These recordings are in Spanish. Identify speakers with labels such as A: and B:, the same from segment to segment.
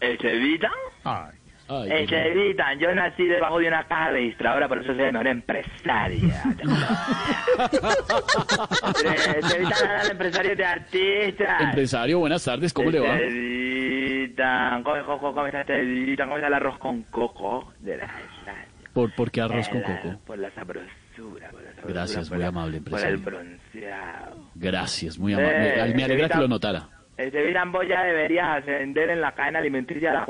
A: ¿Echevitan?
B: Ah, pues
A: Eh, Echevitan, yo nací debajo de una caja registradora, por eso soy la mejor empresaria. Eh, Echevitan era el empresario de artistas.
B: Empresario, ¿ah? buenas tardes, ¿cómo le va?
A: Eh, Echevitan, come coco, come esa Echevitan, come el arroz con coco de la
B: ¿Por, por qué arroz con
A: Por la-
B: coco?
A: Por la sabrosura. Por la sabrosura
B: Gracias,
A: por
B: muy
A: la-
B: amable,
A: Por
B: empresario.
A: el bronceado.
B: Gracias, muy amable.
A: Eh,
B: Me- Me alegra
A: ahorita-
B: que lo notara.
A: Este Virán vos ya deberías ascender en la cadena alimenticia de la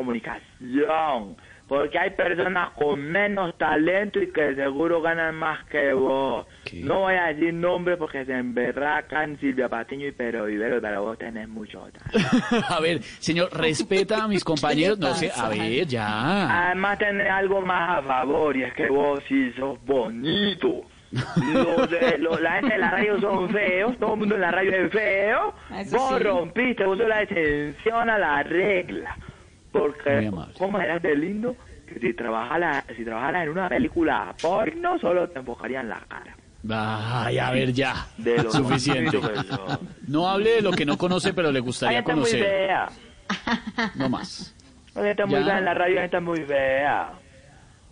A: comunicación. Porque hay personas con menos talento y que seguro ganan más que vos.
B: ¿Qué?
A: No voy a decir nombres porque se emberracan Silvia Patiño y Pero Vivero, pero vos tenés mucho talento.
B: A ver, señor, respeta a mis compañeros. No sé, a ver, ya.
A: Además tenés algo más a favor y es que vos sí sos bonito. Los de- los- la gente de la radio son feos, todo el mundo en la radio es feo.
C: Eso
A: Vos
C: sí.
A: rompiste, vos sos la exención a la regla.
B: Muy
A: Porque,
B: amable.
A: ¿cómo eras de lindo? Que si trabajaras si trabajara en una película porno, solo te enfocaría en la cara.
B: Ay, a ver, ya.
A: De lo pues,
B: Suficiente.
A: bonito que sos.
B: No hable de lo que no conoce, pero le
A: Hay
B: gustaría
A: gente muy
B: conocer.
A: fea.
B: No más.
A: Hay gente muy
B: Ya.
A: fea en la radio, hay gente muy fea.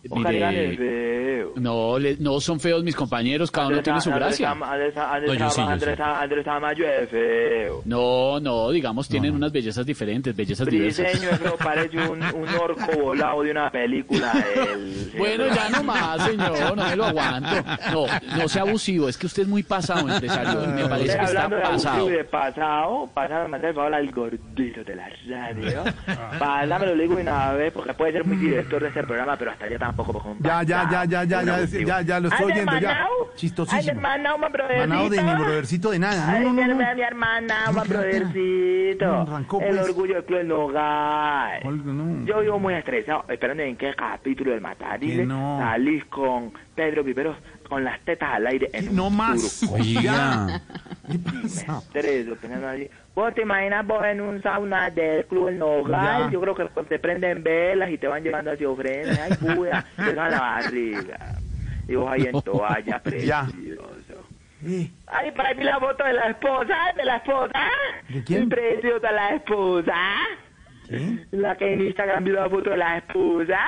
A: Ojalá
B: Mire,
A: es feo.
B: no, le- no son feos mis compañeros, cada uno tiene su gracia.
A: Am- Andrés, Am- Andrés,
B: No, yo sí, yo
A: Am- Andrés
B: sí.
A: Am- Andrés Amayo es feo.
B: No, no, digamos, tienen unas bellezas diferentes, bellezas diversas.
A: Briseño eso parece un, un orco volado de una película. El,
B: Bueno, ya no más, señor, no me lo aguanto. No, no sea abusivo, es que usted es muy pasado, empresario.
D: Ah,
B: Me parece
A: Estoy
B: que está
A: hablando de
B: pasado.
A: abusivo y de pasado, pasado me hace favor al gordito de la radio.
B: Ah.
A: Pásamelo, le digo de una vez, porque puede ser muy director de este programa, pero hasta allá tampoco. porque un
D: Ya, ya, ya, ya,
A: pasado,
D: ya,
A: un
D: ya,
A: abusivo.
D: ya, ya, lo estoy
A: Ay, de
D: oyendo, ya.
A: Manao. Ay, de
D: Chistosísimo.
A: Manao, mi brothercito.
D: Manao de mi brothercito de nada.
A: Ay,
D: No, no,
A: mi
D: no, no.
A: hermana, mi hermana,
D: No,
A: mi brothercito.
D: arrancó,
A: El
D: pues.
A: orgullo del Club del Nogal.
D: Olga, no.
A: Yo vivo muy estresado, esperando en qué capítulo del Matarile
D: Que no.
A: salís con Pedro Piperos con las tetas al aire en un
D: No más.
A: surco.
D: Oiga.
A: Me
D: ¿Qué pasa?
A: estreso pensando así. ¿Vos te imaginas vos en un sauna del Club del Nogal?
D: Ya.
A: Yo creo que te prenden velas y te van llevando hacia ofrendas. Ay, puta, te da la barriga. Y vos ahí en toalla,
D: Ya.
A: precioso.
D: Eh,
A: Ay, para mí la foto de la esposa, de la esposa.
D: ¿De quién?
A: Preciosa la esposa.
D: ¿qué?
A: La que en Instagram vio la foto de la esposa.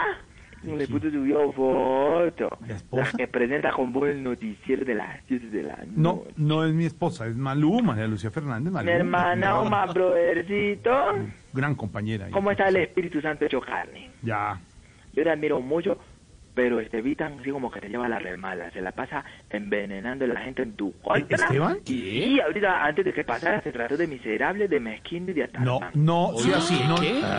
A: No le puso subió foto.
D: ¿La esposa?
A: que presenta con vos el noticiero de las 10 de la noche.
D: No, no es mi esposa, es Malú, María Lucía Fernández. Malú,
A: Mi hermana
D: señora,
A: Oma, brothercito.
D: Gran compañera. ahí.
A: ¿Cómo está el Espíritu Santo hecho carne?
D: Ya.
A: Yo la admiro mucho, pero Estevitan así como que se lleva la remala, se la pasa envenenando a la gente en tu contra.
D: ¿E- ¿Esteban?
A: Y ahorita, antes de que pasara, se trató de miserable, de mezquino y de atarpa.
D: No, no, sí, así, no,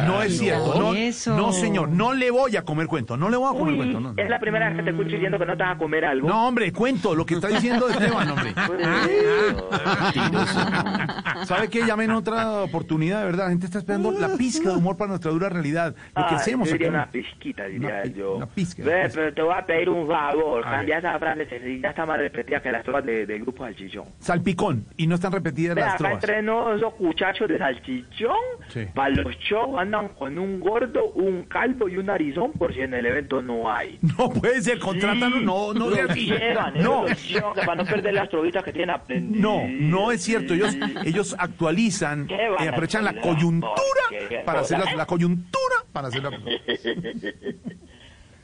D: no es cierto. No,
E: Eso.
D: no, señor, no le voy a comer cuento, no le voy a comer
A: Uy,
D: cuento. No,
A: es la primera vez que te escucho diciendo que no te vas a comer algo. Pues,
D: No, Ah, hombre, cuento lo que está diciendo Esteban, hombre. ah. ¿Sabe qué? Llamen otra oportunidad, de verdad. La gente está esperando la pizca de humor para nuestra dura realidad. Lo que
A: Ay,
D: hacemos
A: yo diría
D: acá.
A: una pizquita, diría
D: Una pi-
A: yo.
D: una pizca. pues.
A: Ve, pero te voy a pedir un favor.
D: A
A: Cambia esa frase, que ya está más repetida que las trovas de- del grupo Salchichón.
D: Salpicón, y no están repetidas
A: Ve,
D: las
A: acá
D: trovas.
A: entrenó esos muchachos de Salchichón.
D: Sí.
A: Para los shows andan con un gordo, un calvo y un narizón, por si en el evento no hay.
D: No puede ser, contrátalo,
A: Mm.
D: no, no sea
A: Los
D: así.
A: llevan, ellos
D: No,
A: los llevan, que ¿eh? para no perder las trovitas que tienen aprendidas.
D: no, no es cierto. Ellos, ellos actualizan,
A: ¿Qué van
D: eh,
A: a
D: aprovechan la
A: hacer?
D: coyuntura
A: Porque-
D: para hacer la, la coyuntura para hacer la.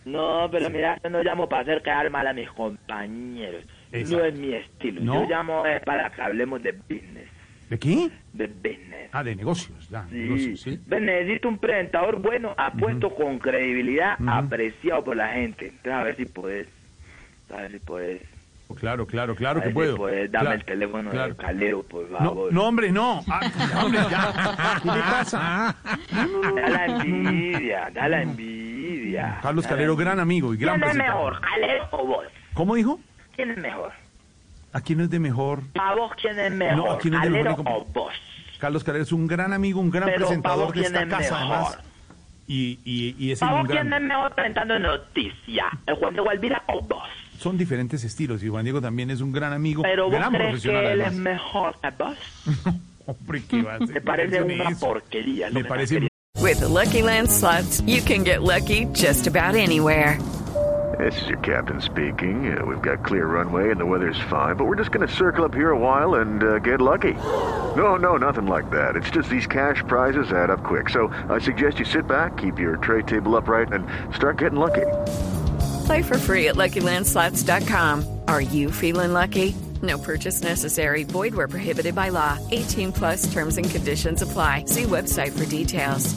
A: No, pero mira, yo no llamo para hacer quedar mal a mis compañeros.
D: Exacto.
A: No es mi estilo.
D: ¿No?
A: Yo llamo eh, para que hablemos de business.
D: ¿De qué?
A: De business.
D: Ah, de negocios, ya.
A: Sí.
D: negocios, sí.
A: Ven, necesito un presentador bueno, apuesto con credibilidad, apreciado por la gente. Entonces, a ver si podés. A ver si podés.
D: Claro, claro,
A: A
D: claro
A: ver
D: que
A: si
D: puedo.
A: podés. pues, Dame
D: Claro,
A: el teléfono
D: claro.
A: del calero, por
D: No,
A: favor.
D: no, hombre, no. Ah, hombre, ya. ¿Qué le pasa?
A: Da la envidia, da la envidia.
D: Carlos
A: Da la
D: Calero, gran amigo y
A: ¿Quién
D: gran
A: es
D: presentador.
A: mejor, Calero o vos?
D: ¿Cómo dijo?
A: ¿Quién es mejor?
D: Aquí no es de mejor.
A: ¿Para vos quién es mejor?
D: No, aquí no es de
A: ¿Calero
D: mejor ni
A: o
D: comp-
A: vos?
D: Carlos Calero es un gran amigo, un gran
A: Pero para
D: presentador
A: vos
D: de
A: quién
D: esta
A: es
D: casa,
A: mejor.
D: además. y, y- y es el
A: Pavo,
D: un
A: ¿quién es
D: gran-
A: mejor presentando noticia? ¿El Juan Diego Alvira o vos?
D: Son diferentes estilos y Juan Diego también es un gran amigo,
A: Pero vos
D: gran
A: crees que
D: profesional.
A: él es
D: además.
A: mejor que vos?
D: Hombre, ¿qué va a ser?
A: Me parece una
D: Eso.
A: porquería. lo
D: Me
A: que
D: parece
F: With the Lucky Land slots, you can get lucky just about anywhere.
G: This is your captain speaking. Uh, we've got clear runway and the weather's fine, but we're just going to circle up here a while and uh, get lucky. No, no, nothing like that. It's just these cash prizes add up quick. So I suggest you sit back, keep your tray table upright, and start getting lucky.
F: Play for free at LuckyLandSlots.com. Are you feeling lucky? No purchase necessary. Void where prohibited by law. 18 plus terms and conditions apply. See website for details.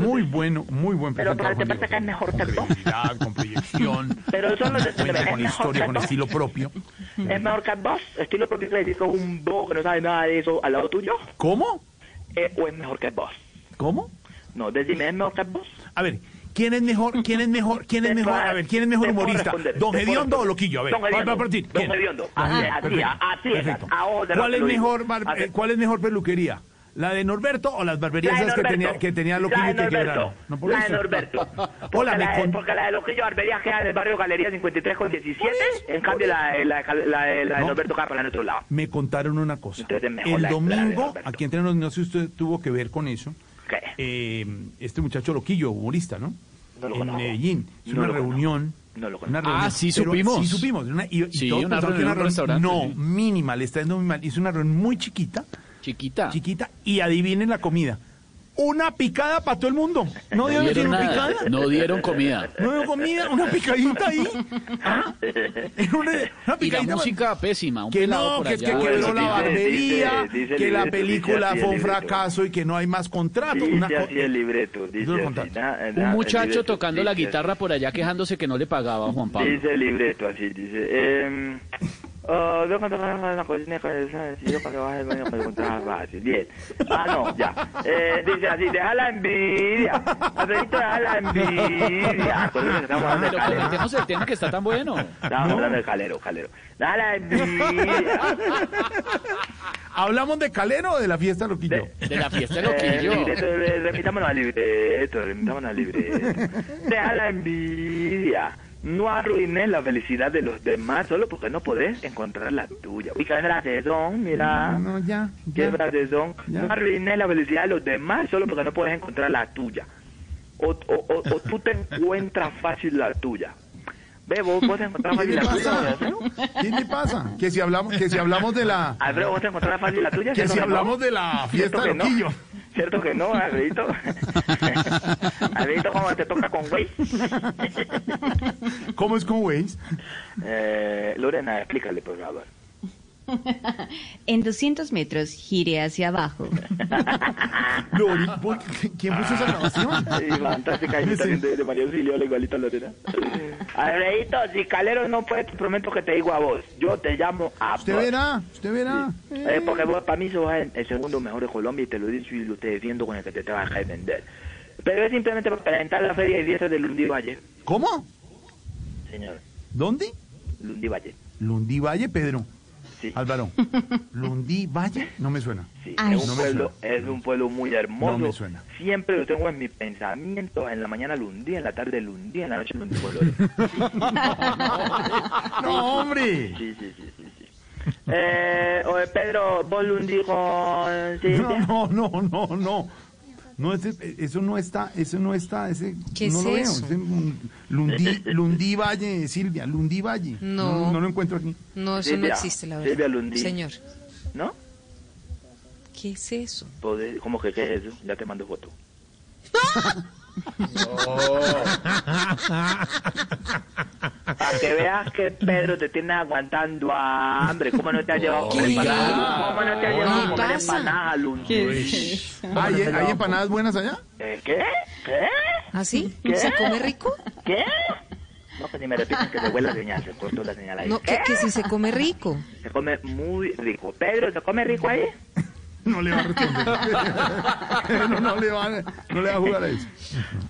D: muy bueno, muy buen
A: Pero
D: presentador.
A: aparte pasa
D: Juan
A: que es
D: Diego.
A: mejor
D: Con
A: que vos.
D: credibilidad, con proyección,
A: Pero eso no se
D: cuenta con
A: es mejor
D: historia,
A: que
D: con
A: vos.
D: estilo propio.
A: Es mejor que vos. Estilo propio quiere decir que es un bobo que no sabe nada de eso al lado tuyo.
D: ¿Cómo?
A: Eh, ¿O es mejor que vos?
D: ¿Cómo?
A: No, decime, ¿es mejor que vos?
D: A ver, ¿quién es mejor? ¿Quién es mejor? ¿Quién es
A: Te
D: mejor?
A: puedo-
D: A ver, ¿quién es mejor
A: te puedo
D: humorista?
A: responder,
D: ¿Don
A: te puedo
D: Hediondo o
A: responder.
D: Loquillo? A ver,
A: Don
D: va- va a
A: Hediondo,
D: partir.
A: don
D: ¿Quién?
A: Hediondo.
D: Ajá,
A: Así es, así es,
D: perfecto,
A: así es,
D: perfecto.
A: a ojo de
D: ¿Cuál
A: lo que
D: es
A: lo
D: mejor,
A: digo.
D: bar-
A: A ver.
D: eh, ¿Cuál es mejor peluquería? ¿La de Norberto o las barberías
A: La de
D: esas que
A: Norberto.
D: tenía, que tenía Loquillo
A: La
D: y
A: de
D: que quebraron?
A: Norberto.
D: No por
A: La de
D: eso.
A: Norberto.
D: Hola,
A: porque, la
D: me
A: de,
D: con-
A: porque la de Loquillo Barbería queda en el barrio Galería 53 con 17. En cambio, la, de- la, de- la de- la de
D: No.
A: Norberto queda para el otro lado.
D: Me contaron una cosa.
A: Entonces, mejor
D: El
A: la- la de
D: domingo,
A: Norberto.
D: aquí entre nos, no sé si usted tuvo que ver con eso.
A: ¿Qué?
D: eh, este muchacho loquillo, humorista, ¿no?
A: No lo
D: en
A: conozco.
D: Medellín. Es
A: No
D: una
A: lo conozco.
D: reunión.
A: No lo conozco.
D: una
A: Ah,
D: reunión.
B: sí
D: Pero
B: supimos.
D: Sí supimos. Una, y, y
B: Sí,
D: todos
B: una reunión
D: pensaron que
B: en un
D: reunión-
B: restaurante,
D: No, mínima, le está yendo muy mal. Hizo una reunión muy chiquita,
B: Chiquita.
D: chiquita, y adivinen la comida. Una picada para todo el mundo. No dieron
B: dieron
D: sino
B: nada,
D: picada.
B: no dieron comida.
D: No dieron comida, una picadita ahí. Ah, Una, una
B: Y la
D: picadita.
B: música pésima. Un
D: Que
B: pelado
D: no,
B: por
D: que es que
B: allá.
D: quebró la
A: Dice-
D: barbería,
A: dice- dice
D: que
A: libreto,
D: la
A: dice
D: película
A: así
D: fue un
A: el libreto.
D: fracaso y que no hay más contrato.
A: Dice
D: ah, una co-
A: así el libreto. Dice
D: Yo lo
A: así, na-
D: contaste.
A: na-
D: Ah,
B: Un
A: el
B: muchacho
A: libreto,
B: tocando la
A: dice así.
B: guitarra por allá quejándose que no le pagaba Juan Pablo.
A: Dice el libreto así, dice. Eh, oh, veo cuando pues, vas a la cocina, cuando sabes, y yo cuando vas al baño, cuando encontrabas fácil. Bien. Ah, no, ya. Eh, dice así, deja la envidia. Alberito, deja la envidia. Acuérdate que estamos hablando de
B: Pero
A: calero.
B: comentemos el tema que está tan bueno.
A: Estamos hablando de calero, calero. Deja la envidia.
D: ¿Hablamos de Calero o de la fiesta Loquillo?
B: De la fiesta de
A: Eh,
B: Loquillo.
A: libreto, eh, repitámonos al libreto, repitámonos al libreto. Deja la envidia. No arruines la felicidad de los demás solo porque no podés encontrar la tuya. Uy, qué frases son, mira.
D: No, ya.
A: Ah, ¿Qué
D: ya.
A: frases son?
D: Ya.
A: No arruines la felicidad de los demás solo porque no puedes encontrar la tuya. O, o, o, o tú te encuentras fácil la tuya. Ve, vos, vos te encontrás fácil
D: ¿Qué le
A: la tuya.
D: pasa?
A: ¿cierto?
D: ¿Qué le pasa? Que si hablamos, que si hablamos de la
A: Alfredo, vos te encontrás fácil la tuya.
D: que
A: ¿cierto que
D: si
A: no?
D: hablamos de la
A: ¿Cierto
D: fiesta
A: que no?
D: Loquillo.
A: ¿Cierto que no, Alfredito? Alfredito, ¿cómo te toca con güey?
D: ¿Cómo es con Waze?
A: Eh, Lorena, explícale, por favor.
H: En 200 metros gire hacia abajo.
D: Lori, ¿por qué- ¿quién puso esa grabación?
A: Sí, fantástica imitación de, de María Auxilio, la igualita a Lorena. Alfredito, si Calero no puede, te prometo que te digo a vos. Yo te llamo a
D: Usted
A: vos.
D: verá, usted verá.
A: Eh, porque vos, para mí sos el, el segundo mejor de Colombia y te lo digo y lo te defiendo con el que te trabaja de vender. Pero es simplemente para presentar la feria y fiestas de Lundi Valle,
D: ¿Cómo?
A: señor.
D: ¿Dónde?
A: Lundi Valle.
D: Lundí Valle, Pedro.
A: Sí.
D: Álvaro. Lundí Valle, no me suena.
A: Sí,
H: Ay.
A: es,
D: No
A: un
D: me
A: pueblo, es un pueblo muy hermoso.
D: No me suena.
A: Siempre lo tengo en mis pensamientos. En la mañana Lundí, en la tarde Lundí, en la noche Lundi Colores.
D: No, hombre.
A: Sí, sí, sí, sí. sí. Eh, oye, Pedro, vos Lundi con Cintia?
D: No, no, no, no, no. No, ese- eso no está, eso no está, ese
H: ¿Qué
D: no
H: es
D: lo veo.
H: eso?
D: ese Lundí, Lundí- Lundí Valle, Silvia, Lundí Valle.
H: No.
D: no, lo encuentro aquí.
H: No,
A: eso no Silvia, existe, la verdad. Silvia Lundí.
H: Señor,
A: ¿No?
H: ¿qué es eso?
A: Poder- ¿Cómo que qué es eso? Ya te mando foto. Para que veas que Pedro te tiene aguantando hambre. ¿Cómo no te has llevado a comer
H: Oiga.
A: empanadas? ¿Cómo no te has llevado a comer
H: pasa?
A: empanadas, Lundi?
D: Ah, ¿Hay, hay empanadas buenas allá?
A: Eh, ¿Qué? ¿Qué?
H: ¿Así?
A: ¿Ah, ¿Qué?
H: ¿Se come rico?
A: ¿Qué? No, que ni me repiten que se fue la señal, se cortó la señal ahí.
H: No, que, que si se come rico.
A: Se come muy rico. Pedro, ¿se come rico ahí?
D: No le va a responder. no, no le va, a- no le va a jugar a eso.